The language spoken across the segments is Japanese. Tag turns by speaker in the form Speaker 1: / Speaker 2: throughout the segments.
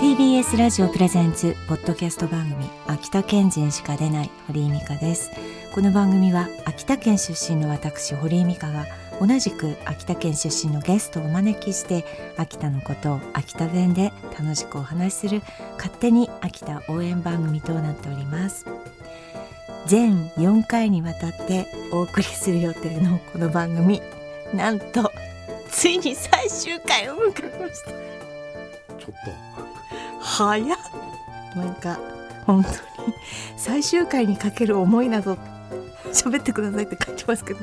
Speaker 1: TBS ラジオプレゼンツポッドキャスト番組秋田県人しか出ない堀井美香ですこの番組は秋田県出身の私堀井美香が同じく秋田県出身のゲストをお招きして秋田のことを秋田弁で楽しくお話しする勝手に秋田応援番組となっております全4回にわたってお送りする予定のこの番組なんとついに最終回を迎えました
Speaker 2: ちょっ
Speaker 1: 早っなんか本当に最終回にかける思いなど 喋ってくださいって書いてますけど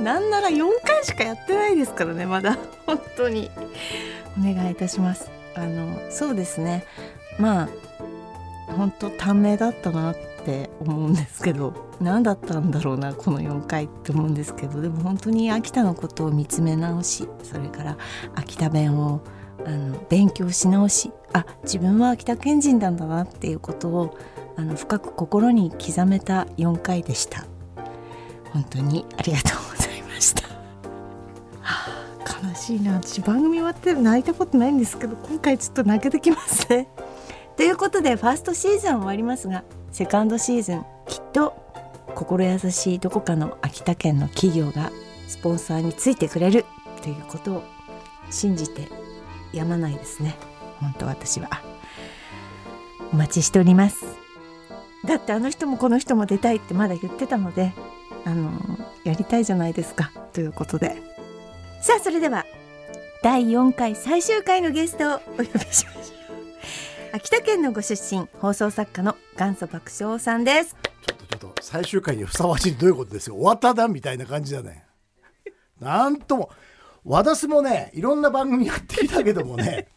Speaker 1: なんなら4回しかやってないですからねまだ本当にお願いいたしますあのそうですねまあ本当短命だったなって思うんですけど何だったんだろうなこの4回って思うんですけどでも本当に秋田のことを見つめ直しそれから秋田弁をあの勉強し直しあ自分は秋田県人なんだなっていうことをあの深く心に刻めた4回でした本当にありがとうございました、は あ、悲しいな私番組終わって泣いたことないんですけど今回ちょっと泣けてきますね ということでファーストシーズンは終わりますがセカンドシーズンきっと心優しいどこかの秋田県の企業がスポンサーについてくれるということを信じてやまないですね本当私はお待ちしておりますだってあの人もこの人も出たいってまだ言ってたのであのやりたいじゃないですかということでさあそれでは第4回最終回のゲストをお呼びしましょう秋田県のご出身放送作家の元祖爆笑さんです
Speaker 2: とちょっと最終回にふさわしいどういうことですよ終わっただみたいな感じだねなんとも私もねいろんな番組やってきたけどもね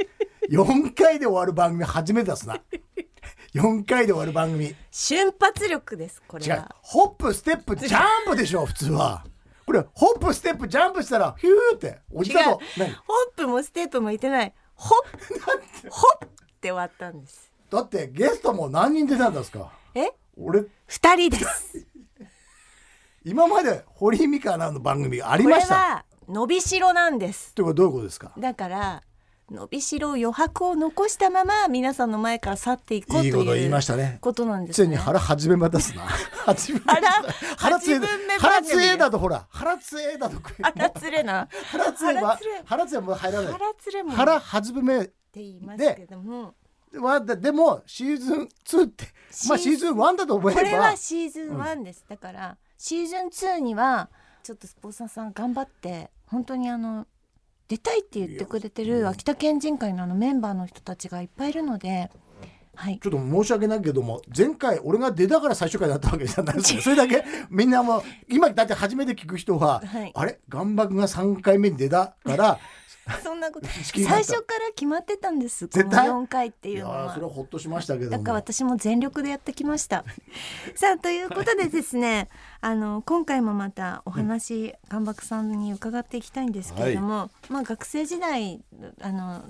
Speaker 2: 4回で終わる番組初めてですな4回で終わる番組違う
Speaker 1: 瞬発力ですこれは
Speaker 2: ホップステップジャンプでしょ普通はこれホップステップジャンプしたらヒューって落
Speaker 1: 違
Speaker 2: ち
Speaker 1: う
Speaker 2: た
Speaker 1: ホ
Speaker 2: ぞ何
Speaker 1: ップもステップもいてないホッホッって終わったんです
Speaker 2: だってゲストも何人出たんですか
Speaker 1: え
Speaker 2: 俺
Speaker 1: 二人です。
Speaker 2: 今まで堀井美香アナの番組があり
Speaker 1: これ
Speaker 2: ました
Speaker 1: は伸びしろなんです。
Speaker 2: ということはどういうことですか
Speaker 1: だから伸びしろ余白を残したまま皆さんの前から去っていこうと
Speaker 2: い
Speaker 1: い
Speaker 2: いうこと言いましたね
Speaker 1: ことなんです
Speaker 2: ついに
Speaker 1: ね。
Speaker 2: 腹八分目で すな。八分目
Speaker 1: 腹
Speaker 2: 腹つ
Speaker 1: 八分目
Speaker 2: えだ
Speaker 1: 番組。
Speaker 2: 腹つえだとほら、腹つえだと食え。
Speaker 1: 腹つれな。
Speaker 2: 腹つえは
Speaker 1: 腹つれ、
Speaker 2: 腹つえはもう入らない。
Speaker 1: 腹つれも
Speaker 2: 腹
Speaker 1: って
Speaker 2: 八分目
Speaker 1: 言いますけども、
Speaker 2: は、ででもシーズン2って、まあシーズン1だと思え
Speaker 1: これ
Speaker 2: ば
Speaker 1: は、シーズン1です。だからシーズン2にはちょっとスポンサーさん頑張って本当にあの出たいって言ってくれてる秋田県人会のあのメンバーの人たちがいっぱいいるので、はい。
Speaker 2: ちょっと申し訳ないけども、前回俺が出たから最終回だったわけじゃないですよ。 それだけみんなもう、今だって初めて聞く人は
Speaker 1: はい、
Speaker 2: あれ岩幕が3回目に出たから、
Speaker 1: そんなこと
Speaker 2: 気になっ
Speaker 1: 最
Speaker 2: た
Speaker 1: 初から決まってたんですこの
Speaker 2: 絶対
Speaker 1: 4回って
Speaker 2: い
Speaker 1: いう
Speaker 2: や
Speaker 1: の
Speaker 2: ー
Speaker 1: は
Speaker 2: それはほっとしましたけど
Speaker 1: だ
Speaker 2: も
Speaker 1: から。私も全力でやってきました さあということでですねあの今回もまたお話関白さんに伺っていきたいんですけれども、まあ学生時代あの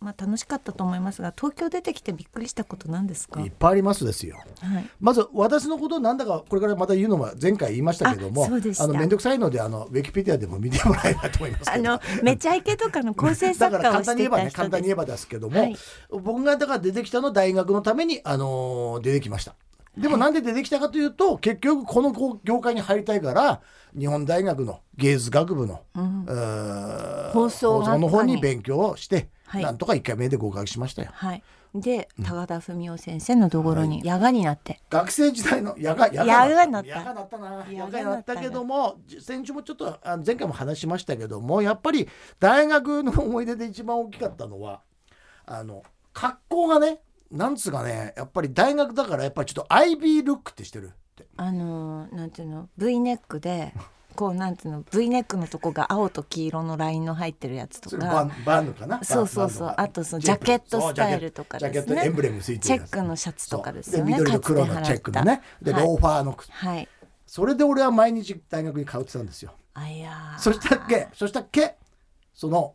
Speaker 1: まあ楽しかったと思いますが東京出てきてびっくりしたことなんですか
Speaker 2: いっぱいありますですよ。
Speaker 1: はい
Speaker 2: まず私のことをなんだかこれからまた言うのは前回言いましたけども
Speaker 1: あそうでした
Speaker 2: あの面倒くさいのであのウィキペディアでも見てもらえればと思います
Speaker 1: あ
Speaker 2: けど
Speaker 1: のめちゃイケとかの構成
Speaker 2: だ
Speaker 1: 作
Speaker 2: から
Speaker 1: 家
Speaker 2: 簡
Speaker 1: をし
Speaker 2: 単に言
Speaker 1: て
Speaker 2: えば
Speaker 1: た
Speaker 2: ね簡
Speaker 1: 人
Speaker 2: 単に
Speaker 1: です
Speaker 2: 言えばですけども、
Speaker 1: はい
Speaker 2: 僕がだから出てきたのは大学のために、あのー出てきました。でもなんで出てきたかというと結局このこう業界に入りたいから日本大学の芸術学部の、うー
Speaker 1: 放送学科に
Speaker 2: の方に勉強をして、
Speaker 1: はい
Speaker 2: なんとか1回目で合格しましたよ。
Speaker 1: はいで高田文雄先生のところに野がになって、
Speaker 2: 学生時代のやがや
Speaker 1: やがなった
Speaker 2: やがなったな
Speaker 1: や
Speaker 2: や
Speaker 1: が
Speaker 2: が
Speaker 1: な
Speaker 2: な
Speaker 1: っ
Speaker 2: ったた
Speaker 1: な
Speaker 2: けども先週もちょっとあの前回も話しましたけどもやっぱり大学の思い出で一番大きかったのはあの格好がねなんつうかねやっぱり大学だからやっぱりちょっとアイビールックってしてるって
Speaker 1: あのーなんていうの V ネック でこうなんていうの V ネックのとこが青と黄色のラインの入ってるやつと
Speaker 2: それバ
Speaker 1: か
Speaker 2: ンバンドかな
Speaker 1: そうそうそう
Speaker 2: バンドか
Speaker 1: あとそのジャケットスタイルとかですね
Speaker 2: ジャケットにエンブレムついてるやつ
Speaker 1: チェックのシャツとかですよね
Speaker 2: そう緑と黒のチェックのねで
Speaker 1: はい
Speaker 2: ローファーの靴
Speaker 1: はい
Speaker 2: それで俺は毎日大学に通ってたんですよ
Speaker 1: あいやー
Speaker 2: そしたっけそしたっけその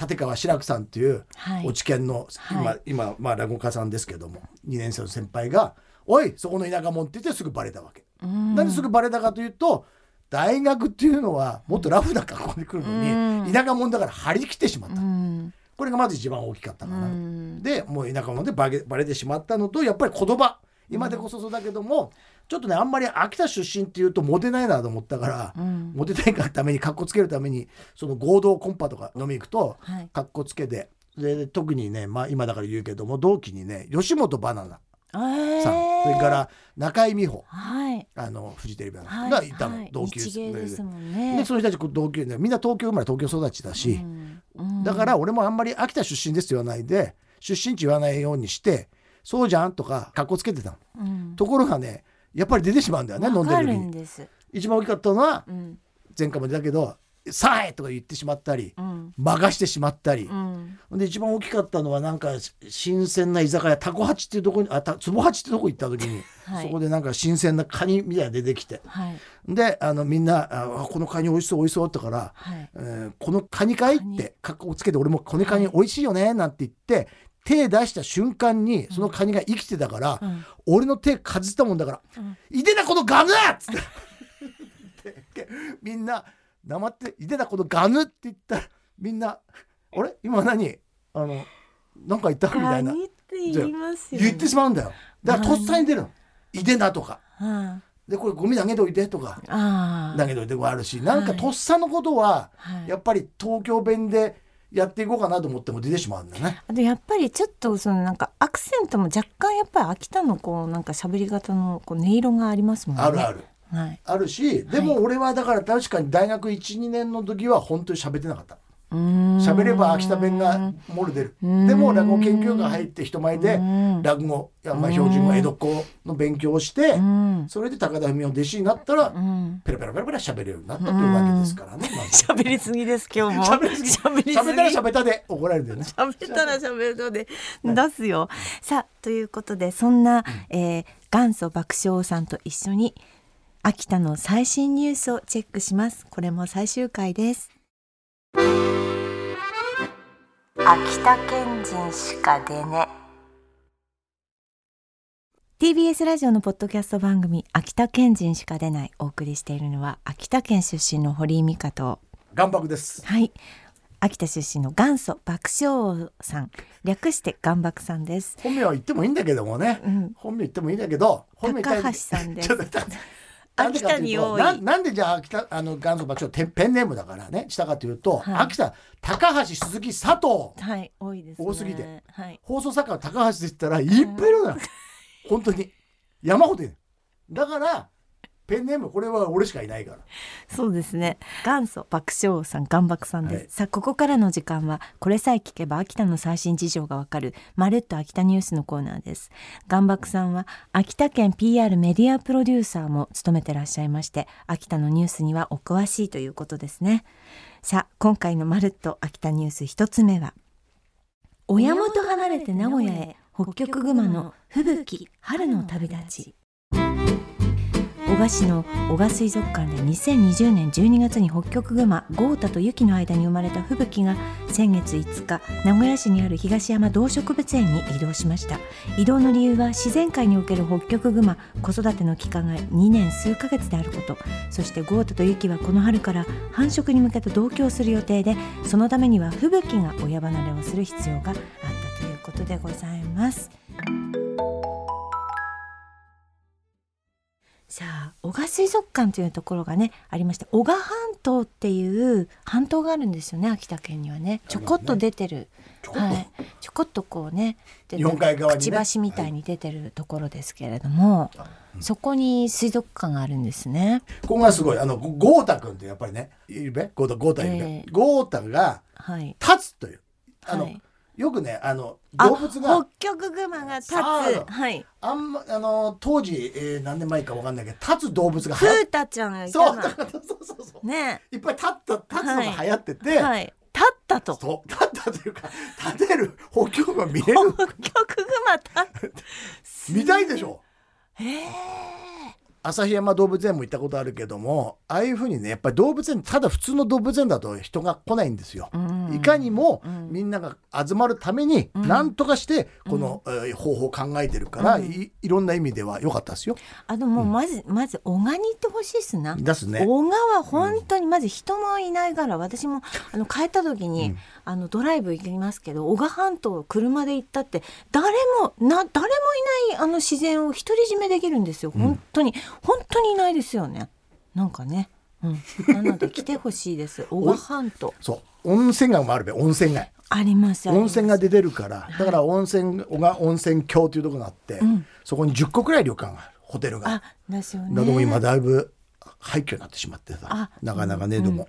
Speaker 2: 立川志らくさんっていう
Speaker 1: はい
Speaker 2: 落研の、
Speaker 1: はい
Speaker 2: 今今、まあ、落語家さんですけども2年生の先輩が「おいそこの田舎者」って言ってすぐバレたわけ。
Speaker 1: うん
Speaker 2: なんですぐバレたかというと大学っていうのはもっとラフな格好で来るのに、田舎者だから張り切ってしまった。
Speaker 1: うん
Speaker 2: これがまず一番大きかったかな、
Speaker 1: うん
Speaker 2: でもう田舎者でバレバレてしまったのとやっぱり言葉今でこそそうだけども、ちょっとねあんまり秋田出身っていうとモテないなと思ったから、
Speaker 1: うん
Speaker 2: モテたいがためにかっこつけるためにその合同コンパとか飲み行くと
Speaker 1: はい
Speaker 2: かっこつけてで特にね、まあ、今だから言うけども同期にね吉本バナナ
Speaker 1: えー
Speaker 2: さん、それから中井美穂
Speaker 1: はい
Speaker 2: あのフジテレビの
Speaker 1: はい
Speaker 2: がいたの、
Speaker 1: はい
Speaker 2: 同級
Speaker 1: 一芸
Speaker 2: 生で
Speaker 1: ですもんね
Speaker 2: でその人たちこう同級生でみんな東京生まれ東京育ちだし、
Speaker 1: うんうん
Speaker 2: だから俺もあんまり秋田出身ですって言わないで出身地言わないようにして「そうじゃん」とかかっこつけてたの
Speaker 1: うん
Speaker 2: ところがねやっぱり出てしまうんだよね飲んで
Speaker 1: わか
Speaker 2: る時
Speaker 1: るん
Speaker 2: に
Speaker 1: です
Speaker 2: 一番大きかったのは
Speaker 1: うん
Speaker 2: 前回もだけど「さえ!」とか言ってしまったり
Speaker 1: うん
Speaker 2: 間がしてしまったり
Speaker 1: う、ん
Speaker 2: で一番大きかったのはなんかし新鮮な居酒屋タコハチっていうとこにあたつぼハチってとこ行った時に、
Speaker 1: はい
Speaker 2: そこでなんか新鮮なカニみたいなの出てきて
Speaker 1: はい
Speaker 2: であのみんなあ「このカニ美味しそう美味しそう」って言ったから
Speaker 1: はい
Speaker 2: えーこのカニかい
Speaker 1: カニ
Speaker 2: って格好つけて俺もこのカニ美味しいよねなんて言って手出した瞬間にそのカニが生きてたから、
Speaker 1: うん
Speaker 2: 俺の手かじったもんだから
Speaker 1: うん
Speaker 2: 「いでなこのガヌ!」っつってみんな黙って「いでなこのガヌ!」って言ったらみんな「あれ今何あのなんか言った?」みた
Speaker 1: カ
Speaker 2: いな
Speaker 1: ニって言いますよね
Speaker 2: 言ってしまうんだよだからとっさに出るの「いでな」とか
Speaker 1: うん
Speaker 2: 「でこれゴミ投げといて」とか
Speaker 1: あ
Speaker 2: 投げといてもあるしなんか
Speaker 1: はい
Speaker 2: とっさのことは
Speaker 1: あ、はい
Speaker 2: やっぱり東京弁でやっていこうかなと思っても出てしまうんだよね。
Speaker 1: あとやっぱりちょっとそのなんかアクセントも若干やっぱり秋田のこうなんか喋り方のこう音色がありますもんね。
Speaker 2: あるある。
Speaker 1: る。はい。
Speaker 2: あるし、でも俺はだから確かに大学1、2年の時は本当に喋ってなかった。
Speaker 1: うーん
Speaker 2: 喋れば秋田弁が漏れ出る。
Speaker 1: うん
Speaker 2: でも落語研究会入って人前で
Speaker 1: うん
Speaker 2: 落語、いやまあ標準語、江戸っ子の勉強をして
Speaker 1: う、ん
Speaker 2: それで高田文夫弟子になったら
Speaker 1: う、ん。
Speaker 2: ペラペラペラペラ喋れるようになったというわけですからね。まず
Speaker 1: 喋りすぎです今日も。
Speaker 2: 喋りすぎ
Speaker 1: 喋りすぎ。
Speaker 2: 喋ったら喋ったで怒られるんだよね。
Speaker 1: 喋ったら喋ったで出すよ。さあということでそんな、えー元祖爆笑さんと一緒に秋田の最新ニュースをチェックします。これも最終回です。秋田県人しか出ね。TBS ラジオのポッドキャスト番組「秋田県人しか出ない」お送りしているのは秋田県出身の堀井美香と
Speaker 2: 頑張です。
Speaker 1: はい。秋田出身の元祖爆笑王さん、略して元爆さんです。
Speaker 2: 本名は言ってもいいんだけどもね。
Speaker 1: うん。
Speaker 2: 本名言ってもいいんだけど、本名言いた
Speaker 1: 高
Speaker 2: い
Speaker 1: 橋さんで
Speaker 2: ち
Speaker 1: す
Speaker 2: ょ。っと待ってなん
Speaker 1: 秋
Speaker 2: でか
Speaker 1: 田
Speaker 2: とい
Speaker 1: に
Speaker 2: うと
Speaker 1: 多。
Speaker 2: ないなんでじゃあ秋田あの元祖爆笑ペンペンネームだからねしたかというと、
Speaker 1: はい
Speaker 2: 秋田高橋鈴木佐藤
Speaker 1: はい、多いです、ね。
Speaker 2: 多すぎて。
Speaker 1: はい。
Speaker 2: 放送作家の高橋で言ったらいっぱいいるの よ、本当に山ほどいるだからペンネームこれは俺しかいないから
Speaker 1: そうですね。元祖爆笑王さん、元爆さんです。
Speaker 2: はい
Speaker 1: さあ、ここからの時間は、これさえ聞けば秋田の最新事情がわかる、まるっと秋田ニュースのコーナーです。元爆さんは、秋田県 PR メディアプロデューサーも務めてらっしゃいまして、秋田のニュースにはお詳しいということですね。さあ、今回のまるっと秋田ニュース一つ目は、親元離れて名古屋へ北極熊の吹雪春の旅立ち男鹿市の男鹿水族館で2020年12月に北極熊豪太とユキの間に生まれた吹雪が先月5日名古屋市にある東山動植物園に移動しました移動の理由は自然界における北極熊子育ての期間が2年数ヶ月であることそして豪太とユキはこの春から繁殖に向けて同居をする予定でそのためには吹雪が親離れをする必要があったということでございますさあ小賀水族館というところがねありまして小賀半島っていう半島があるんですよね秋田県にはねちょこっと出てる、
Speaker 2: ちょっと、
Speaker 1: はい、ちょこっとこうねで
Speaker 2: 日本海側にね
Speaker 1: くちばしみたいに出てるところですけれども、そこに水族館があるんですね。
Speaker 2: ここがすごいあのゴゴータ君ってやっぱりねいるべゴータゴータいるべ、
Speaker 1: ええ
Speaker 2: ゴータが
Speaker 1: はい、
Speaker 2: 立つというあの、
Speaker 1: はい
Speaker 2: よくねあの
Speaker 1: あ
Speaker 2: 動物が
Speaker 1: 北極熊が立つ、
Speaker 2: さあ
Speaker 1: はい、
Speaker 2: あんまあの当時、えー何年前かわかんないけど立つ動物が
Speaker 1: ふ
Speaker 2: 流行っ
Speaker 1: ーたちゃんがい
Speaker 2: そ
Speaker 1: た
Speaker 2: う
Speaker 1: な
Speaker 2: だからそうそうそう
Speaker 1: ね、
Speaker 2: いっぱい立った立つのが流行ってて、
Speaker 1: はい、立ったと。
Speaker 2: そう立ったというか立てる補強が見える
Speaker 1: 北極熊立っ
Speaker 2: 見たいでしょ
Speaker 1: ええ
Speaker 2: 旭山動物園も行ったことあるけどもああいうふうにねやっぱり動物園ただ普通の動物園だと人が来ないんですよ。
Speaker 1: うん
Speaker 2: いかにも
Speaker 1: うん
Speaker 2: みんなが集まるために
Speaker 1: うん
Speaker 2: 何とかしてこの、えー方法を考えてるから、
Speaker 1: うん
Speaker 2: いいろんな意味では良かったですよ。
Speaker 1: あのもうまず、まず小賀に行ってほしいっすな。
Speaker 2: 出すね。
Speaker 1: 小川は本当にまず人もいないから、私もあの帰った時に、あのドライブ行きますけど小川半島車で行ったって誰もな誰もいないあの自然を独り占めできるんですよ本当に、本当にいないですよねなんかね、うん、なので来てほしいです小川半島
Speaker 2: そう温泉街もあるべ温泉街。
Speaker 1: ありますあります
Speaker 2: 温泉が出てるからだから温泉が温泉郷というところがあって、そこに10個くらい旅館があるホテルが
Speaker 1: あですよね
Speaker 2: なども今だいぶ廃墟になってしまってさ
Speaker 1: あ
Speaker 2: なかなかねえども、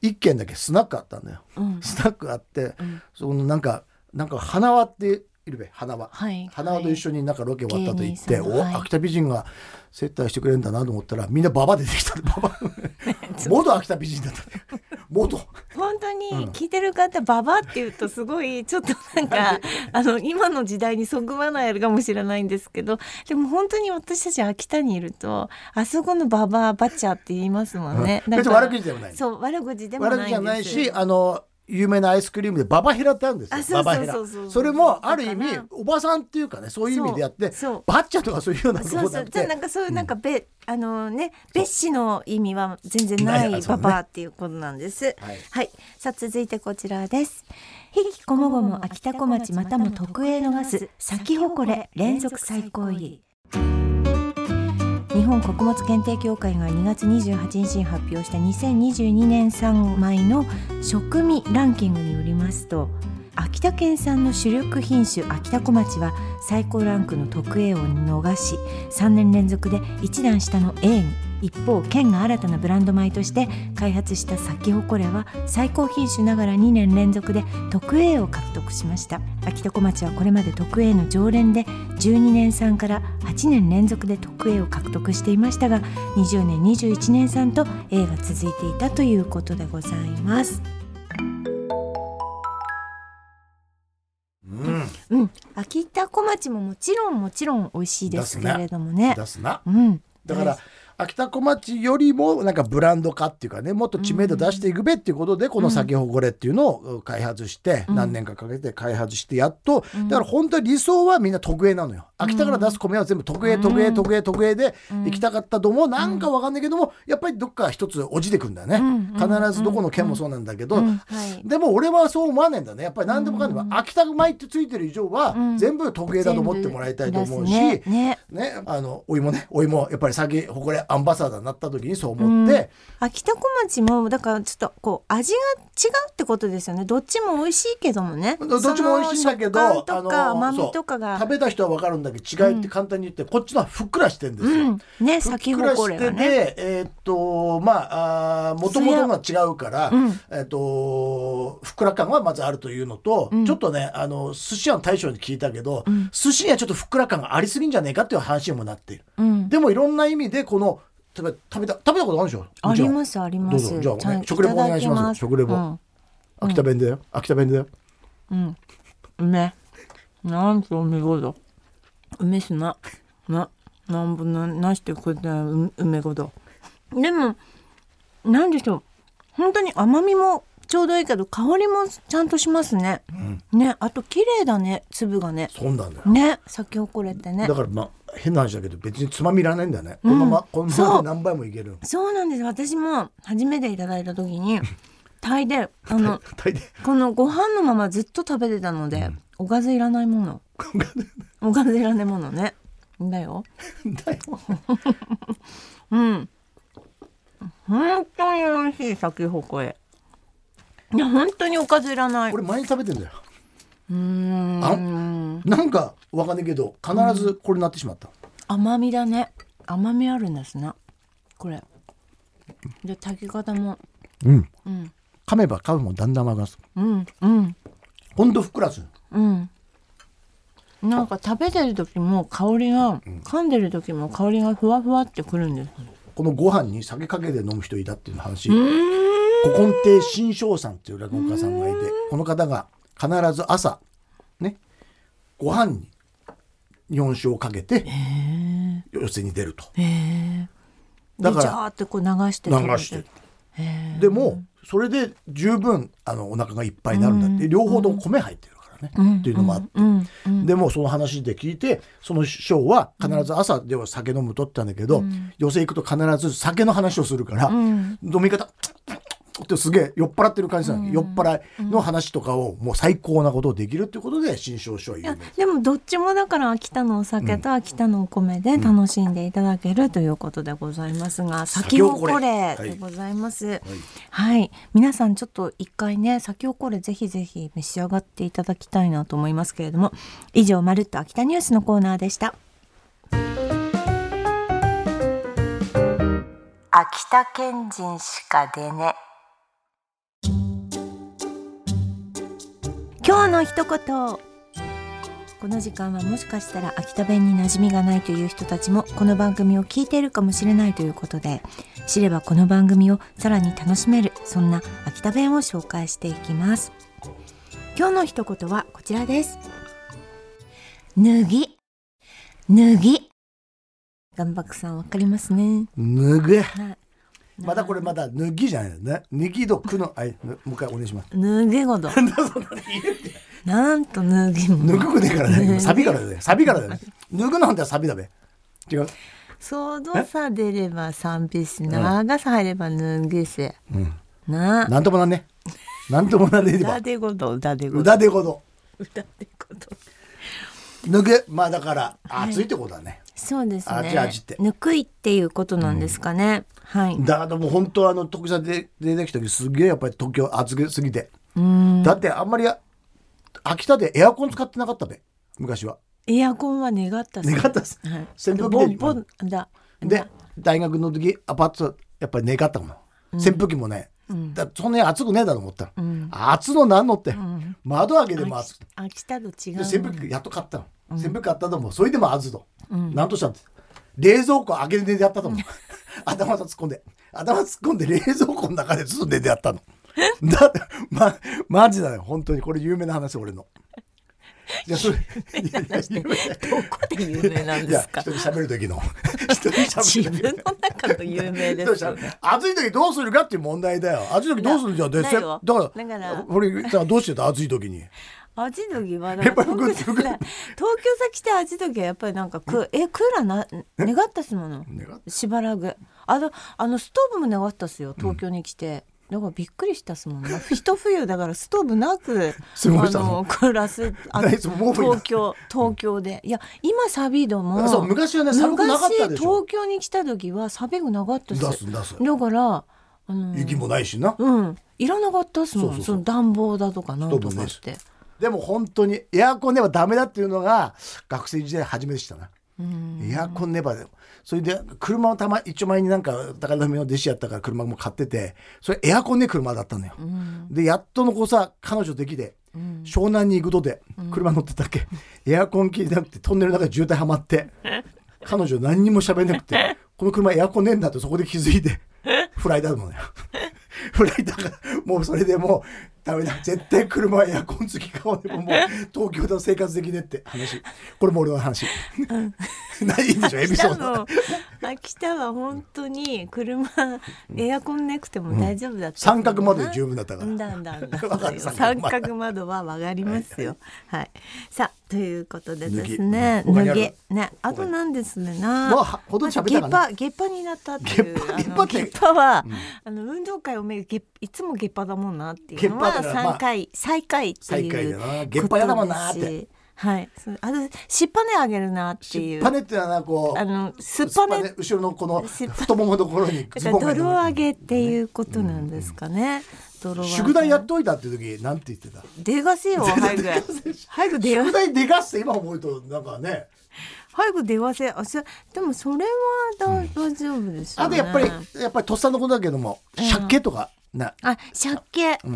Speaker 2: 一軒だけスナックあったんだよ、スナックあって、そのなんかなんか花輪っているべ花輪、
Speaker 1: はい
Speaker 2: 花輪と一緒になんかロケ終わったと言って、
Speaker 1: 芸人さん
Speaker 2: お
Speaker 1: はい
Speaker 2: 秋田美人が接待してくれるんだなと思ったらみんなババ出てきたバ バ元秋田美人だった元
Speaker 1: 本当に聞いてる方、ババって言うとすごいちょっとなんかあの今の時代にそぐわないかもしれないんですけどでも本当に私たち秋田にいるとあそこのババアバチャって言いますもんね。
Speaker 2: うん
Speaker 1: だ
Speaker 2: 別に
Speaker 1: から
Speaker 2: 悪口でもない
Speaker 1: そう悪口でもないんです
Speaker 2: 悪口じゃないしあの有名なアイスクリームでババヘラってあるんです
Speaker 1: あ
Speaker 2: よ
Speaker 1: そう
Speaker 2: ババヘラ
Speaker 1: そうそうそう
Speaker 2: それもある意味
Speaker 1: だから
Speaker 2: おばさんっていうかねそういう意味でやって
Speaker 1: そうそう
Speaker 2: バッチャとかそういうようなとこ
Speaker 1: そう
Speaker 2: ろ
Speaker 1: そ
Speaker 2: だっ
Speaker 1: うじゃあ
Speaker 2: て
Speaker 1: なんかそういうなんかべ、あのね別紙の意味は全然な
Speaker 2: ない
Speaker 1: い
Speaker 2: そう
Speaker 1: パ
Speaker 2: ね
Speaker 1: パっていうことなんです
Speaker 2: はい
Speaker 1: はい、さあ続いてこちらですひきこもごも秋田小町またも特営のガス咲き誇れ連続最高位日本穀物検定協会が2月28日に発表した2022年3枚の食味ランキングによりますと秋田県産の主力品種秋田小町は最高ランクの特 A を逃し3年連続で1段下の A に一方県が新たなブランド米として開発した咲き誇れは最高品種ながら2年連続で特 A を獲得しました秋田小町はこれまで特 A の常連で12年産から8年連続で特 A を獲得していましたが20年21年産と A が続いていたということでございます
Speaker 2: うん
Speaker 1: うん、秋田小町ももちろんもちろん美味しいですけれどもね
Speaker 2: 出すな
Speaker 1: うん
Speaker 2: だから
Speaker 1: 大
Speaker 2: 秋田小町よりもなんかブランド化っていうかねもっと知名度出していくべっていうことでこの先ほこれっていうのを開発して
Speaker 1: うん
Speaker 2: 何年かかけて開発してやっと
Speaker 1: うん
Speaker 2: だから本当に理想はみんな特営なのよ秋田から出す米は全部特営特営特営特営で
Speaker 1: うん
Speaker 2: 行きたかったともなんかわかんないけどもやっぱりどっか一つ落ちてくんだよね
Speaker 1: うん
Speaker 2: 必ずどこの県もそうなんだけど
Speaker 1: うんはい、
Speaker 2: でも俺はそう思わねえんだねやっぱり何でもかんでも秋田米ってついてる以上は
Speaker 1: うん
Speaker 2: 全部特営だと思ってもらいたいと思うし
Speaker 1: 全部出すねね
Speaker 2: ね、あのお芋ねお芋やっぱり先誇れアンバサダーになった時にそう思って、
Speaker 1: 秋田小町もだからちょっとこう味が違うってことですよねどっちも美味しいけどもね
Speaker 2: どどっちも美味しいんだけど
Speaker 1: その食感とか
Speaker 2: あの
Speaker 1: 甘みとか
Speaker 2: 食
Speaker 1: が、
Speaker 2: べた人は分かるんだけど違いって簡単に言って、こっちのはふっくらしてんですよ。
Speaker 1: うん、ね
Speaker 2: ふっ
Speaker 1: 咲き
Speaker 2: くら
Speaker 1: 誇
Speaker 2: し
Speaker 1: れがね
Speaker 2: てて、えーっとまああもともとが違うから、
Speaker 1: うん
Speaker 2: えーっとふっくら感はまずあるというのと、
Speaker 1: うん
Speaker 2: ちょっとねあの寿司屋の大将に聞いたけど、
Speaker 1: うん
Speaker 2: 寿司にはちょっとふっくら感がありすぎんじゃねえかっていう話にもなっている。
Speaker 1: うん
Speaker 2: でもいろんな意味でこの食べ食べた食べたことあるでしょ
Speaker 1: あ
Speaker 2: もちろ
Speaker 1: り
Speaker 2: ん
Speaker 1: ますあります
Speaker 2: どうぞじゃあね
Speaker 1: ちんと
Speaker 2: 食レポお願いします
Speaker 1: ただき
Speaker 2: 食レポ
Speaker 1: うん
Speaker 2: 秋田弁だよ秋田弁だよ
Speaker 1: うん。梅。なんて梅ごだ。梅すな。な、なんぼな、なしてくれたう梅ごだ。でも、なんでしょう。本当に甘みもちょうどいいけど、香りもちゃんとしますね。ね、あと綺麗だね、粒がね。
Speaker 2: そうなんだよ
Speaker 1: ね、咲き誇れてね
Speaker 2: だ。からまあ変な話だけど別につまみいらないんだよね、このままこのままで何倍もいける
Speaker 1: そうなんです。私も初めていただいた時に、タイで、あ の、
Speaker 2: 大抵
Speaker 1: このご飯のままずっと食べてたので、おかずいらないもの。 おかずいらないものね。だよ。
Speaker 2: だよ
Speaker 1: うん。本当に美味しい先ほこえ。いや本当におかずいらない。う
Speaker 2: 俺毎日食べてんだよ
Speaker 1: ーん。
Speaker 2: なんかわかんないけど必ずこれなってしまった、
Speaker 1: 甘みだね。甘みあるんですね。これ。で炊き方も。
Speaker 2: うん
Speaker 1: うん。
Speaker 2: 噛めば噛むもだんだんわかります
Speaker 1: うん。うん。
Speaker 2: ほんとふっくらする
Speaker 1: うん。なんか食べてる時も香りが、噛んでる時も香りがふわふわってくるんです。
Speaker 2: このご飯に酒かけて飲む人いたっていう話古今亭新章さんっていう落語家さんがいてこの方が必ず朝ねご飯に日本酒をかけて寄席に出ると
Speaker 1: へえ。
Speaker 2: だ
Speaker 1: で
Speaker 2: か
Speaker 1: ジャ
Speaker 2: ら
Speaker 1: ーってこう流して
Speaker 2: 流
Speaker 1: 食べ
Speaker 2: して
Speaker 1: へー
Speaker 2: でもそれで十分あのお腹がいっぱいになるんだって、
Speaker 1: うん
Speaker 2: 両方とも米入ってるからね、
Speaker 1: うん
Speaker 2: っていうのもあって、
Speaker 1: うんうん
Speaker 2: でもうその話で聞いてその師匠は必ず朝では酒飲むとってたんだけど、
Speaker 1: うん
Speaker 2: 寄席行くと必ず酒の話をするから、
Speaker 1: うん
Speaker 2: 飲み方ってすげえ酔っ払ってる感じなの、
Speaker 1: うん
Speaker 2: 酔っ払いの話とかをもう最高なことをできるっていうことで新庄師匠は有
Speaker 1: いや
Speaker 2: 名
Speaker 1: でもどっちもだから秋田のお酒と秋田のお米で楽しんでいただけるということでございますが、先をこれ
Speaker 2: はい
Speaker 1: でございます。はい、皆さんちょっと一回ね先をこれぜひぜひ召し上がっていただきたいなと思いますけれども以上まるっと秋田ニュースのコーナーでした。秋田県人しか出ね。今日の一言。この時間はもしかしたら秋田弁に馴染みがないという人たちもこの番組を聞いているかもしれないということで知ればこの番組をさらに楽しめるそんな秋田弁を紹介していきます今日の一言はこちらです脱ぎ脱ぎ岩爆さんわかりますね
Speaker 2: 脱げ
Speaker 1: はい
Speaker 2: まだこれまだ脱ぎじゃないのね脱ぎとくのあいもう一回お願いします
Speaker 1: 脱げごど
Speaker 2: なんだそんなの言えって
Speaker 1: なんと脱ぎも
Speaker 2: 脱ぐくねえから
Speaker 1: う
Speaker 2: ね
Speaker 1: ん
Speaker 2: サビからだねサビからだね脱ぐなんてサビだべ違う
Speaker 1: そうどさ出れば賛美し長さ入れば脱ぎせ、
Speaker 2: ん
Speaker 1: なあ
Speaker 2: なんともなんねなんともなんねえでば
Speaker 1: 歌でごと歌でご
Speaker 2: う
Speaker 1: と
Speaker 2: だでこと
Speaker 1: 歌でごと
Speaker 2: 脱げまあだから暑いってことだね
Speaker 1: そうですね
Speaker 2: あじゃあじって
Speaker 1: ぬくいっていうことなんですかね、はい
Speaker 2: だからもう本当あの徳さんで出てきた時すげえやっぱり東京暑すぎて
Speaker 1: うん
Speaker 2: だってあんまりあ秋田でエアコン使ってなかったべ昔は
Speaker 1: エアコンは願ったっす
Speaker 2: 願ったっす
Speaker 1: はい
Speaker 2: 扇風機
Speaker 1: ボ
Speaker 2: で
Speaker 1: ンボンだ
Speaker 2: で
Speaker 1: だ
Speaker 2: 大学の時アパートやっぱり願ったもの扇風機もね、だそんなに暑くねえだろう思ったら、
Speaker 1: うん
Speaker 2: 暑のなんのって、
Speaker 1: ん
Speaker 2: 窓開けでも暑
Speaker 1: 秋
Speaker 2: く
Speaker 1: 秋田と違う
Speaker 2: で扇風機やっと買ったの、扇風機買ったと思うそれでも暑いと、
Speaker 1: うん
Speaker 2: なんとしたんです冷蔵庫開けて寝てやったと思う 頭突っ込んで頭突っ込んで冷蔵庫の中でずっと寝てやっ たのだってまマジだよ本当にこれ有名な話俺のいやそれいやいや有名だよ
Speaker 1: どこで有名なん
Speaker 2: い
Speaker 1: で
Speaker 2: や
Speaker 1: す
Speaker 2: 一
Speaker 1: か
Speaker 2: 人喋る 時の一人喋
Speaker 1: 自
Speaker 2: る時
Speaker 1: 分
Speaker 2: の
Speaker 1: の中の有名ですよね
Speaker 2: 暑い時どうするかっていう問題だよ暑い時どうするじゃんで
Speaker 1: な
Speaker 2: せ
Speaker 1: ないよ
Speaker 2: だから
Speaker 1: だから
Speaker 2: 俺さどうしてた暑い時に
Speaker 1: 味のぎはだ
Speaker 2: やっぱり
Speaker 1: 東京さ
Speaker 2: 服
Speaker 1: ん東京さ来て味のぎはやっぱりなんかくえクーラーな願ったっすもの
Speaker 2: 願っ
Speaker 1: しばらくあのあのストーブも願ったっすよ東京に来て、だからびっくりしたっすもんね一冬だからストーブなく
Speaker 2: 過ごした
Speaker 1: あ
Speaker 2: の
Speaker 1: の暮らすあの
Speaker 2: ナイス毛布にな
Speaker 1: 東京東京でいや今サビードも
Speaker 2: そう昔はね寒くなかったでしょ
Speaker 1: 昔東京に来た時はサビくなかったっす
Speaker 2: 出す出す
Speaker 1: だからあの
Speaker 2: 雪もないしな
Speaker 1: うんいらなかったっすもん
Speaker 2: そうそう
Speaker 1: そ
Speaker 2: そう
Speaker 1: の暖房だとかなんと
Speaker 2: ストーブも
Speaker 1: か
Speaker 2: ね
Speaker 1: って。
Speaker 2: でも本当にエアコンねばダメだっていうのが学生時代初めてしたな
Speaker 1: うん
Speaker 2: エアコンねばでそれで車をたま一丁前になんか高田文の弟子やったから車も買っててそれエアコンね車だったのよ
Speaker 1: うん
Speaker 2: でやっとの子さ彼女できて
Speaker 1: うん
Speaker 2: 湘南に行くとで車乗ってたっけ、エアコン効いてなくてトンネルの中で渋滞はまって彼女何にも喋れなくてこの車エアコンねえんだってそこで気づいてフライだもんねフライだからもうそれでもうダメだ絶対車はエアコン付き買わねばもう東京では生活できねえって話これも俺の話、ないいでしょエピ
Speaker 1: 秋田
Speaker 2: ソード
Speaker 1: の秋田は本当に車エアコンなくても大丈夫だった、
Speaker 2: 三角窓で十分だったから、
Speaker 1: だんだん だ
Speaker 2: わかる
Speaker 1: 三角窓はわかりますよはいさあということでですね
Speaker 2: 脱ぎ他にあ
Speaker 1: 脱
Speaker 2: る
Speaker 1: ぎねあとなんですねな
Speaker 2: まあほとんど喋ったかな
Speaker 1: あとゲッパゲッパになったっていう
Speaker 2: ゲッパ
Speaker 1: あの
Speaker 2: ゲッパって
Speaker 1: ゲッパは、あの運動会をめぐゲッいつもゲッパだもんなっていうの
Speaker 2: ゲッパ
Speaker 1: は
Speaker 2: だからまあ
Speaker 1: 三回、最下位っていう
Speaker 2: 最下位だなゲッパやだもんな
Speaker 1: こ
Speaker 2: って
Speaker 1: とですしはいそうあのしっぱねあげるなって
Speaker 2: し
Speaker 1: い
Speaker 2: っ
Speaker 1: う
Speaker 2: ぱねってのはなこう
Speaker 1: あのすっ
Speaker 2: す
Speaker 1: ぱ
Speaker 2: っぱ
Speaker 1: ね
Speaker 2: ね後ろのこの
Speaker 1: すっぱ
Speaker 2: 太もものところに
Speaker 1: だ
Speaker 2: ズ
Speaker 1: か
Speaker 2: ボ
Speaker 1: ら
Speaker 2: ンが
Speaker 1: 泥上げっていうことなんですかね。泥上げ
Speaker 2: 宿題やっといたっていう時なんて言ってた
Speaker 1: 出がせよ、 早く。早く出
Speaker 2: 宿
Speaker 1: が、
Speaker 2: 題でかして今思うとなんかね
Speaker 1: 早く出がせ。あ、そでもそれはだ大丈夫ですよ
Speaker 2: あと
Speaker 1: ね。
Speaker 2: やっぱりやっぱりとっさのことだけども借景とかな
Speaker 1: あ、鮭、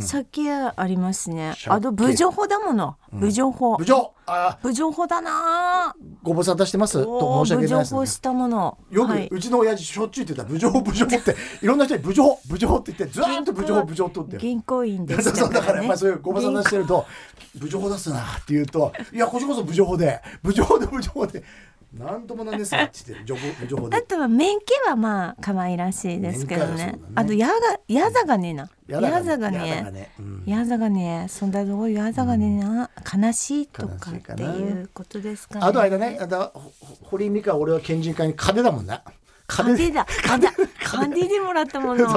Speaker 1: 鮭ありますね。
Speaker 2: 鮭
Speaker 1: あと、侮女法だもの。侮女法。
Speaker 2: 部長あ
Speaker 1: 侮女法だなぁ。
Speaker 2: ご無沙汰してます
Speaker 1: お
Speaker 2: と申し
Speaker 1: ー
Speaker 2: 訳
Speaker 1: 侮
Speaker 2: ない
Speaker 1: 女
Speaker 2: ですね
Speaker 1: 法したもの。
Speaker 2: よ
Speaker 1: は
Speaker 2: く
Speaker 1: いう
Speaker 2: ちの親父しょっちゅう言ってた「部長部長」って いろんな人に「部長部長」って言ってずーっと部長部長って言って
Speaker 1: 銀行員で
Speaker 2: そう
Speaker 1: し
Speaker 2: そう
Speaker 1: た
Speaker 2: だか
Speaker 1: かららね
Speaker 2: やっぱりそういうご無沙汰してると「部長法出すな」って言うと「いやこっちこそ部長法で部長で部長でなんともなんですかっちって 情報情報
Speaker 1: あ
Speaker 2: で
Speaker 1: とは免許はまあ可愛らしいですけど
Speaker 2: 免許は
Speaker 1: ね
Speaker 2: そうだね
Speaker 1: あとやがやざがねえなや
Speaker 2: やだがね
Speaker 1: ざが
Speaker 2: やだ
Speaker 1: ね
Speaker 2: がねうん
Speaker 1: やざがねそんなどういうやざがねえな、悲しいとか
Speaker 2: 悲し
Speaker 1: っ
Speaker 2: いか
Speaker 1: て
Speaker 2: な
Speaker 1: いうことですかね
Speaker 2: あとあれだねあだほ堀井美香は俺は県人会に金だもんな
Speaker 1: カン
Speaker 2: 金
Speaker 1: デだカンデカンデでもらったもの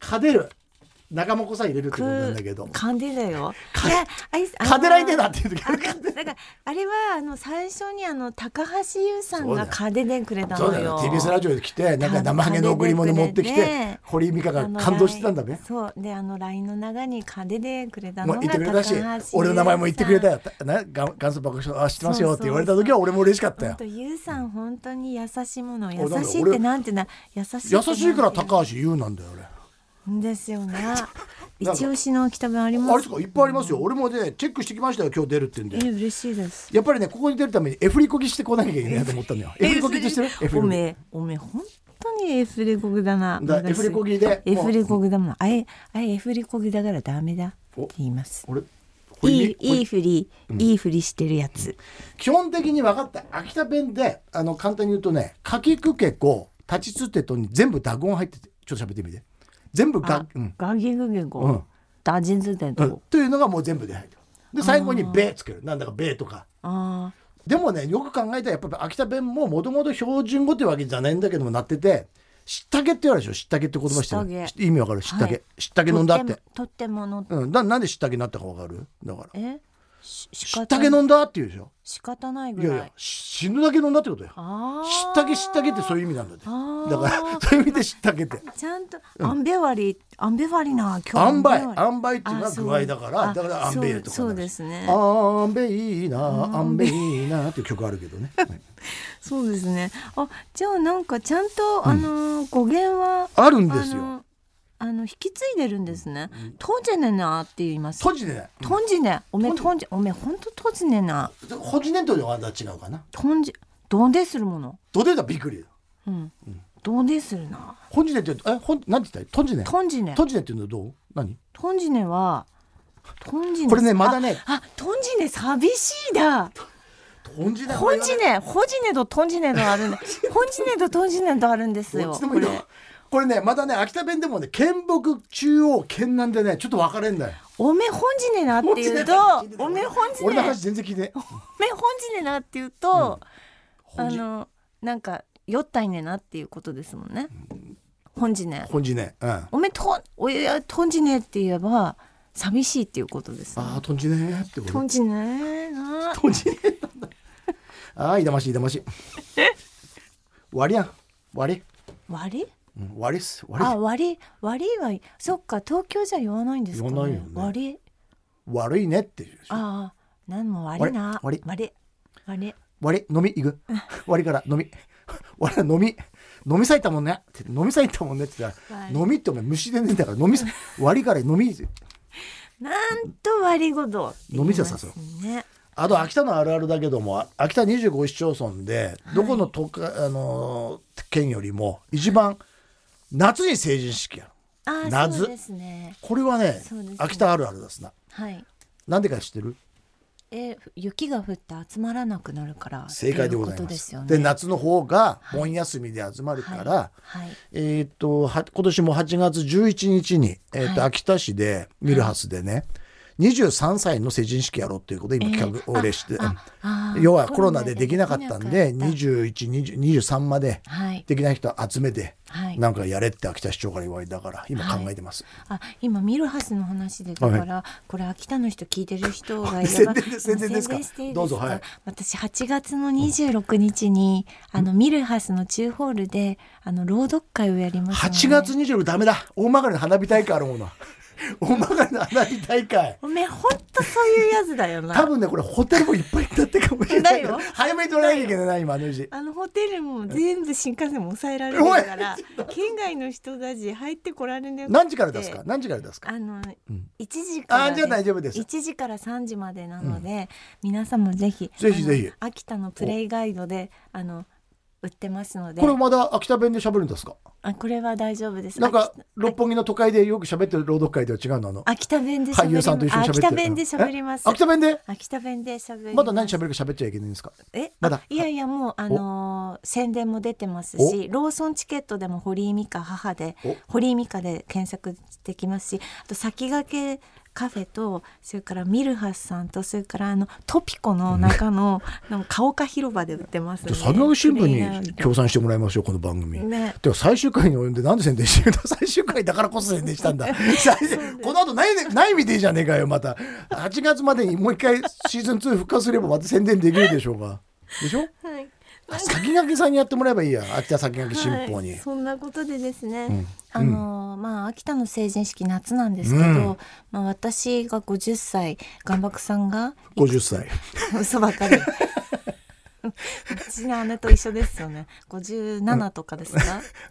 Speaker 2: カデる中もこさん入れるってことなんだけど
Speaker 1: カンデだよ
Speaker 2: カ
Speaker 1: いやあい
Speaker 2: カデられてえ
Speaker 1: だ
Speaker 2: なっていう時
Speaker 1: あのだからあれはあの最初にあの高橋優さんがカンデでくれた
Speaker 2: そ
Speaker 1: の
Speaker 2: うだよ
Speaker 1: よ
Speaker 2: TBS ラジオで来てなんか生ハゲの贈り物持ってきて堀井美香が感動してたんだね
Speaker 1: あの LINE そうであの LINE の中にカンデでくれた
Speaker 2: も
Speaker 1: の
Speaker 2: う
Speaker 1: が
Speaker 2: 言ってくれ
Speaker 1: 高
Speaker 2: た
Speaker 1: 橋
Speaker 2: し
Speaker 1: 優さん
Speaker 2: 俺の名前も言ってくれたよな元元祖爆笑あ知ってますよって言われた時は俺も嬉しかった
Speaker 1: 本
Speaker 2: よ
Speaker 1: 当優さん本当に優しいもの優
Speaker 2: 俺なんだ
Speaker 1: しいってなんてな優しいって
Speaker 2: 優
Speaker 1: なんて
Speaker 2: しいから高橋優なんだよ俺
Speaker 1: です よね一押しの北弁あり
Speaker 2: あれ
Speaker 1: ま
Speaker 2: ですすかいっぱいありますよ俺もねチェックしてきましたよ今日出るってんで
Speaker 1: え嬉しいです
Speaker 2: やっぱりねここに出るためにエフリコギしてこなきゃいけないなと思ったのよエフリコギってしてるエフ
Speaker 1: お
Speaker 2: リコギ
Speaker 1: めえおめえ本当にエフレコグだな
Speaker 2: だエフレコギで
Speaker 1: エ
Speaker 2: もう
Speaker 1: フレコギだもんあれあれエフレコギだからダメだって言います
Speaker 2: 俺
Speaker 1: い
Speaker 2: 堀
Speaker 1: いいいふり、いいふりしてるやつ
Speaker 2: 基本的に分かった秋田弁であの簡単に言うとね「かきくけこ立ちつてと」に全部濁音入っててちょっと喋ってみて全部が
Speaker 1: あ、
Speaker 2: うん
Speaker 1: ガギグゲゴ、
Speaker 2: うん
Speaker 1: ダジンズテン
Speaker 2: うん
Speaker 1: と、
Speaker 2: というのがもう全部で入ってるで最後に「べ」つけるなんだか「べ」とか
Speaker 1: あ
Speaker 2: でもねよく考えたらやっぱり秋田弁ももともと標準語ってわけじゃないんだけどもなってて「しったけ」って言われるでしょ「しったけ」って言葉してる
Speaker 1: しった
Speaker 2: 意味わかる「しったけ」
Speaker 1: はい
Speaker 2: しったけ飲んだ」って。
Speaker 1: とってもの
Speaker 2: うん、だなんでしったけになったかわかるだから
Speaker 1: えし
Speaker 2: 「
Speaker 1: 仕
Speaker 2: しっ
Speaker 1: 方
Speaker 2: たけ飲んだ」って言うでしょ
Speaker 1: 仕方ないぐ
Speaker 2: い
Speaker 1: らい
Speaker 2: やいやし死ぬだけ飲んだってことよ
Speaker 1: あー
Speaker 2: 知ったけ知ったけってそういう意味なんだって
Speaker 1: あー
Speaker 2: だからそういう意味で知った けって
Speaker 1: ちゃんとアンベ割り、アンベ割りな今
Speaker 2: 塩梅
Speaker 1: アンベ割り
Speaker 2: 塩梅っていうのは
Speaker 1: あそう
Speaker 2: 具合だから
Speaker 1: あ
Speaker 2: だからアンベイ
Speaker 1: そ
Speaker 2: とか
Speaker 1: うそう
Speaker 2: なん
Speaker 1: で
Speaker 2: か
Speaker 1: すね
Speaker 2: アンベイナアンベイナっていう曲ある けどねはい
Speaker 1: そうですねあじゃあなんかちゃんと、あのー語源は
Speaker 2: あるんです
Speaker 1: あ
Speaker 2: よ
Speaker 1: のあの引き継いでるんですね、とんじねなって言います
Speaker 2: 閉じでね
Speaker 1: とんじねおめとんじおめほんととんじねな
Speaker 2: ほじねんとはまだ違うかな
Speaker 1: とんじどんでするもの
Speaker 2: どでだびっくり
Speaker 1: うん、どんでするな
Speaker 2: ほじねんってえほんなんて言ったとじね
Speaker 1: とんじね
Speaker 2: とじねっていうのどう何
Speaker 1: とんじねはとんじね
Speaker 2: これねまだね
Speaker 1: ああとんじね寂しいだ
Speaker 2: ほんじね
Speaker 1: ほんじね、ほじねととんじねとあるん で、ほんじねととんじねとあるんです
Speaker 2: ど
Speaker 1: よ。
Speaker 2: っちで
Speaker 1: こ
Speaker 2: もいい
Speaker 1: れ
Speaker 2: のこれねまだね秋田弁でもね県北中央県南でねちょっと分かれんだよ
Speaker 1: おめほんじねなっていうと
Speaker 2: ほんじね、
Speaker 1: おめほんじね、お
Speaker 2: 俺
Speaker 1: め
Speaker 2: の
Speaker 1: ほん
Speaker 2: 話全然聞いてね
Speaker 1: じねなっていうと、
Speaker 2: ほん
Speaker 1: あ
Speaker 2: じ
Speaker 1: のなんか酔ったいねなっていうことですもんね。ほんじね、
Speaker 2: 本字ね。うん。あ
Speaker 1: おめとん、おやとんじねって言えば寂しいっていうことです、ね。
Speaker 2: あ、とんじねってこと
Speaker 1: とんじねな。
Speaker 2: とんじねなんだ。ああ、痛ましい、痛 ましい。割りやん。割り。
Speaker 1: 割り？
Speaker 2: うん、割りっす。割
Speaker 1: あ
Speaker 2: り。
Speaker 1: 割り割りはそっか東京じゃ言わないんですかね。
Speaker 2: 言わないよね
Speaker 1: 割り。
Speaker 2: 悪いねっていう。
Speaker 1: ああ、なんも悪いな。
Speaker 2: 悪い
Speaker 1: 悪い。悪い。
Speaker 2: 割り、飲み、行 く。割りから、飲み。 割りから飲み。飲みさいたもんね。って飲みさいたもんねって言ったら、
Speaker 1: 割り
Speaker 2: 飲みってお前虫でねえんだから、飲みさ、割りから飲み。
Speaker 1: なんと悪いことって言います
Speaker 2: 飲みささ
Speaker 1: ね。
Speaker 2: あと秋田のあるあるだけども秋田25市町村でどこの都会、あのー県よりも一番夏に成人式やる
Speaker 1: ああ、
Speaker 2: 夏
Speaker 1: そうですね。
Speaker 2: これはね
Speaker 1: そうですね
Speaker 2: 秋田あるあるですな
Speaker 1: はい。
Speaker 2: なんでか知ってる
Speaker 1: え、雪が降って集まらなくなるから。
Speaker 2: 正解でござい
Speaker 1: ってうこと
Speaker 2: ま
Speaker 1: ですすよね。
Speaker 2: で夏の方が盆休みで集まるから、
Speaker 1: はい。
Speaker 2: えーっとは今年も8月11日に、えーっと
Speaker 1: はい
Speaker 2: 秋田市でミルハスでね、23歳の成人式やろうということで今企画を令して、
Speaker 1: あああ
Speaker 2: 要はコロナでできなかったん
Speaker 1: コ
Speaker 2: で
Speaker 1: ロナででき
Speaker 2: 2123まで
Speaker 1: はい
Speaker 2: できない人集めて
Speaker 1: はい
Speaker 2: なんかやれって秋田市長から言われたから今考えてます、
Speaker 1: あ、今ミルハスの話でだから、これ秋田の人聞いてる人がいれ
Speaker 2: 宣
Speaker 1: ば
Speaker 2: 伝で宣伝ですか
Speaker 1: 宣していいですか
Speaker 2: どうぞはい
Speaker 1: 私8月の26日に、あのミルハスの中ホールであの朗読会をやりますので
Speaker 2: 8月26ダメだ大曲の花火大会ある もの大曲の花火大会
Speaker 1: おめえほんとそういうやつだよな
Speaker 2: 多分ねこれホテルもいっぱいになってるかもしれないから
Speaker 1: だよ
Speaker 2: 早めに取らなきゃいけないな今あのうち
Speaker 1: あのホテルも全部新幹線も抑えられるから県外の人たち入ってこられる
Speaker 2: 何時から出すか何時から出すか
Speaker 1: あの、一時
Speaker 2: あ
Speaker 1: から
Speaker 2: じゃあ大丈夫です
Speaker 1: 一時から三時までなので、皆さんもぜひ
Speaker 2: ぜひぜひ
Speaker 1: あの秋田のプレイガイドであの売ってますので
Speaker 2: これまだ秋田弁で喋るんですか
Speaker 1: あこれは大丈夫です
Speaker 2: なんか
Speaker 1: 秋田
Speaker 2: 六本木の都会でよく喋ってる朗読会では違うのあの
Speaker 1: 秋田弁で喋
Speaker 2: 俳
Speaker 1: りま
Speaker 2: 優
Speaker 1: す
Speaker 2: さんと一緒に喋って
Speaker 1: 秋
Speaker 2: る
Speaker 1: 田弁で喋ります
Speaker 2: え秋田弁で
Speaker 1: 秋田弁で喋り
Speaker 2: まだ何喋
Speaker 1: る
Speaker 2: るか喋っちゃいけないんですか
Speaker 1: え
Speaker 2: まだ
Speaker 1: あいやいやもうあのー宣伝も出てますしローソンチケットでも堀井美香母で
Speaker 2: お
Speaker 1: 堀井美香で検索できますしあと先駆けカフェとそれからミルハスさんとそれからあのトピコの中 のなんか顔か広場で売ってますん
Speaker 2: じ
Speaker 1: で
Speaker 2: ゃあ山岳新
Speaker 1: プレイヤー
Speaker 2: 聞
Speaker 1: み
Speaker 2: に
Speaker 1: たいな
Speaker 2: 協賛してもらいましょうこの番組、
Speaker 1: ね
Speaker 2: でも最終回に及んでなんで宣伝してるんだ最終回だからこそ宣伝し たんだ最この後ないねないみてえじゃねえかよまた8月までにもう一回シーズン2復活すればまた宣伝できるでしょうがでしょ
Speaker 1: はい
Speaker 2: あ先駆けさんにやってもらえばいいや秋田先駆け新報に、
Speaker 1: はい、そんなことでですね、
Speaker 2: ん
Speaker 1: あのーまあ秋田の成人式夏なんですけど、
Speaker 2: うん
Speaker 1: まあ私が50歳岩博さんが
Speaker 2: 50歳
Speaker 1: 嘘ばかりうちの姉と一緒ですよね57とかですか、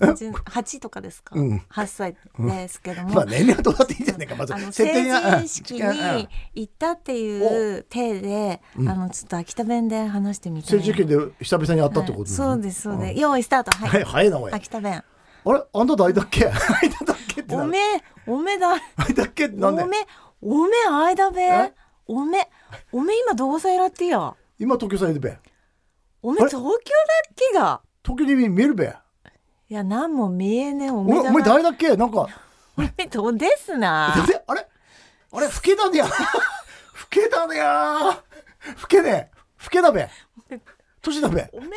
Speaker 1: 58とかですか、
Speaker 2: うん
Speaker 1: 8歳ですけども、
Speaker 2: まあ年齢はどうだっていいんじゃないかまず
Speaker 1: あの
Speaker 2: 設
Speaker 1: 成
Speaker 2: 定が
Speaker 1: 人式に行ったっていう体で、あのちょっと秋田弁で話してみたい
Speaker 2: 成
Speaker 1: な
Speaker 2: 人式で久々に会ったってこと、
Speaker 1: はいそうですそうです、用意スタートはい、
Speaker 2: はい早いなおいあ
Speaker 1: 秋田弁
Speaker 2: れあんた誰だっけ 間だっけって
Speaker 1: お
Speaker 2: なん
Speaker 1: めおめだ
Speaker 2: 間だっけって な
Speaker 1: お
Speaker 2: んで
Speaker 1: めおめあいだべ
Speaker 2: え
Speaker 1: おめおめ今どうさいらってや
Speaker 2: 今東京さんいるべ
Speaker 1: おめ
Speaker 2: あれ
Speaker 1: 東京だっけが
Speaker 2: 東京に見えるべ
Speaker 1: いやなんも見えねえお
Speaker 2: お
Speaker 1: め
Speaker 2: 前
Speaker 1: だ
Speaker 2: お前
Speaker 1: な
Speaker 2: 誰だっけなんか
Speaker 1: おめとですな
Speaker 2: であれあれ老けだねや老けだねや老けね老けだべ年だべ
Speaker 1: おめ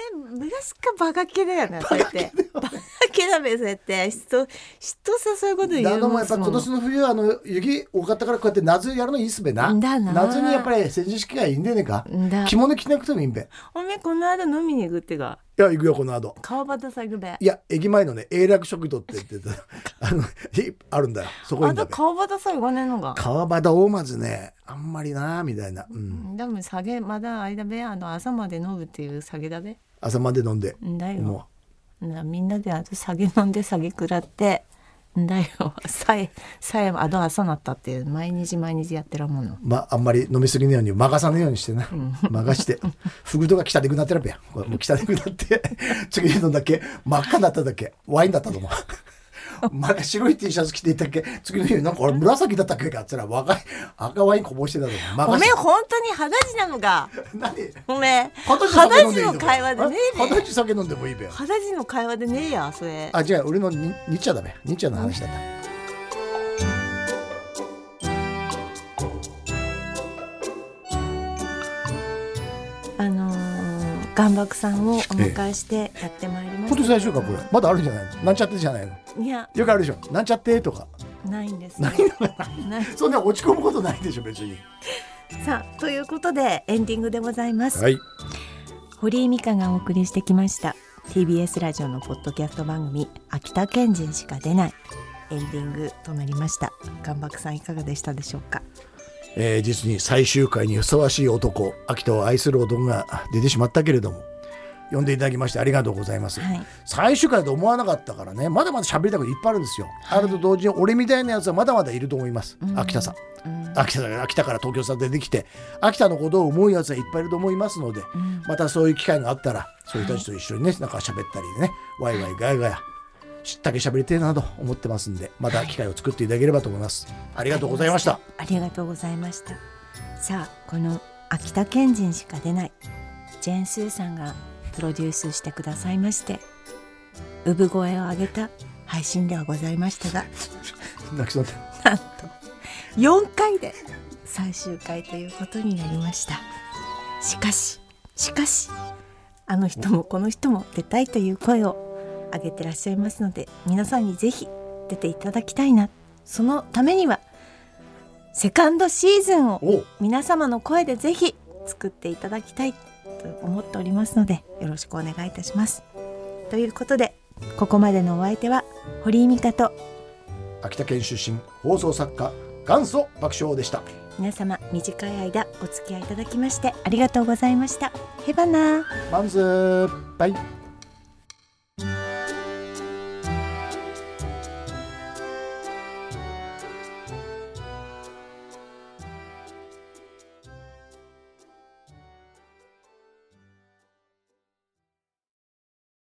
Speaker 1: 昔かバカ系だよねそうやってバカ系だべそうやって人人さそういうこと言
Speaker 2: あ
Speaker 1: う
Speaker 2: のも
Speaker 1: も
Speaker 2: や
Speaker 1: ん
Speaker 2: っぱ今年の冬はあの雪多かったからこうやって夏やるのいいっすべな
Speaker 1: だな
Speaker 2: 夏にやっぱり成人式がいいんでねえか
Speaker 1: んだ
Speaker 2: 着物着なくてもいいんべ
Speaker 1: おめこの間飲みに行くってが
Speaker 2: いや行くよこの後
Speaker 1: 川端さぐべ
Speaker 2: いや駅前のね永楽食堂って言 ってたあのいあるんだよそこに
Speaker 1: あ
Speaker 2: んだ
Speaker 1: と
Speaker 2: べ
Speaker 1: 川端さごねんのが
Speaker 2: 川端大松ねあんまりなみたいな、うん、
Speaker 1: でも下げまだ間べあの朝まで飲むっていう下げだべ
Speaker 2: 朝まで飲んで
Speaker 1: んだよ
Speaker 2: も
Speaker 1: なみんなであと酒飲んで酒食らってんだよさえさえあの朝なったっていう毎日毎日やってるもの
Speaker 2: う、まあんまり飲みすぎないように曲がさないようにしてな曲がしてフグとか汚くなってるべ これもう汚くなって次飲んだっけ真っ赤だったんだっけワインだったと思う 真っ赤白い T シャツ着ていたっけ次の日なんか俺紫だったっけかっつったら若い赤ワインこぼしてたと思う
Speaker 1: お
Speaker 2: 任
Speaker 1: め
Speaker 2: せ
Speaker 1: え本当に裸地なのか
Speaker 2: 何
Speaker 1: おめえ
Speaker 2: 二
Speaker 1: 裸地
Speaker 2: 十歳酒飲んでいい
Speaker 1: の会話でねえ
Speaker 2: え二
Speaker 1: べ
Speaker 2: 十歳酒飲んでもいいべよ
Speaker 1: 裸地の会話でねえやそれ
Speaker 2: あ違う俺のに日茶だべ日茶の話だった
Speaker 1: あのー、岩爆さんをお迎えしてやってまいりまし
Speaker 2: 今
Speaker 1: た、
Speaker 2: 年最終回これまだあるんじゃないのなんちゃってじゃないの
Speaker 1: いや
Speaker 2: よくあるでしょなんちゃってとか
Speaker 1: ないんですよない
Speaker 2: そんな落ち込むことないでしょ別に
Speaker 1: さあということでエンディングでございます、
Speaker 2: はい
Speaker 1: 堀井美香がお送りしてきました TBS ラジオのポッドキャスト番組秋田県人しか出ないエンディングとなりました岩爆さんいかがでしたでしょうか
Speaker 2: えー実に最終回にふさわしい男秋田を愛する男が出てしまったけれども呼んでいただきましてありがとうございます、
Speaker 1: はい
Speaker 2: 最終回と思わなかったからねまだまだ喋りたくいっぱいあるんですよ、あれと同時に俺みたいなやつはまだまだいると思います、秋田さん秋田さん秋田から東京さん出てきて秋田のことを思うやつはいっぱいいると思いますので、またそういう機会があったらそういう人たちと一緒にね、なんか喋ったりねワイワイガヤガヤ知ったけ喋りてえなと思ってますんでまた機会を作っていただければと思います、ありがとうございました
Speaker 1: ありがとうございましたさあこの秋田県人しか出ないジェーン・スーさんがプロデュースしてくださいまして産声を上げた配信ではございましたが
Speaker 2: 泣きそうになった
Speaker 1: なんと4回で最終回ということになりましたしかししかしあの人もこの人も出たいという声を上げてらっしゃいますので皆さんにぜひ出ていただきたいなそのためにはセカンドシーズンを
Speaker 2: おう
Speaker 1: 皆様の声でぜひ作っていただきたいと思っておりますのでよろしくお願いいたしますということでここまでのお相手は堀井美香と
Speaker 2: 秋田県出身放送作家元祖爆笑王でした
Speaker 1: 皆様短い間お付き合いいただきましてありがとうございましたヘバナー
Speaker 2: マンズーバイ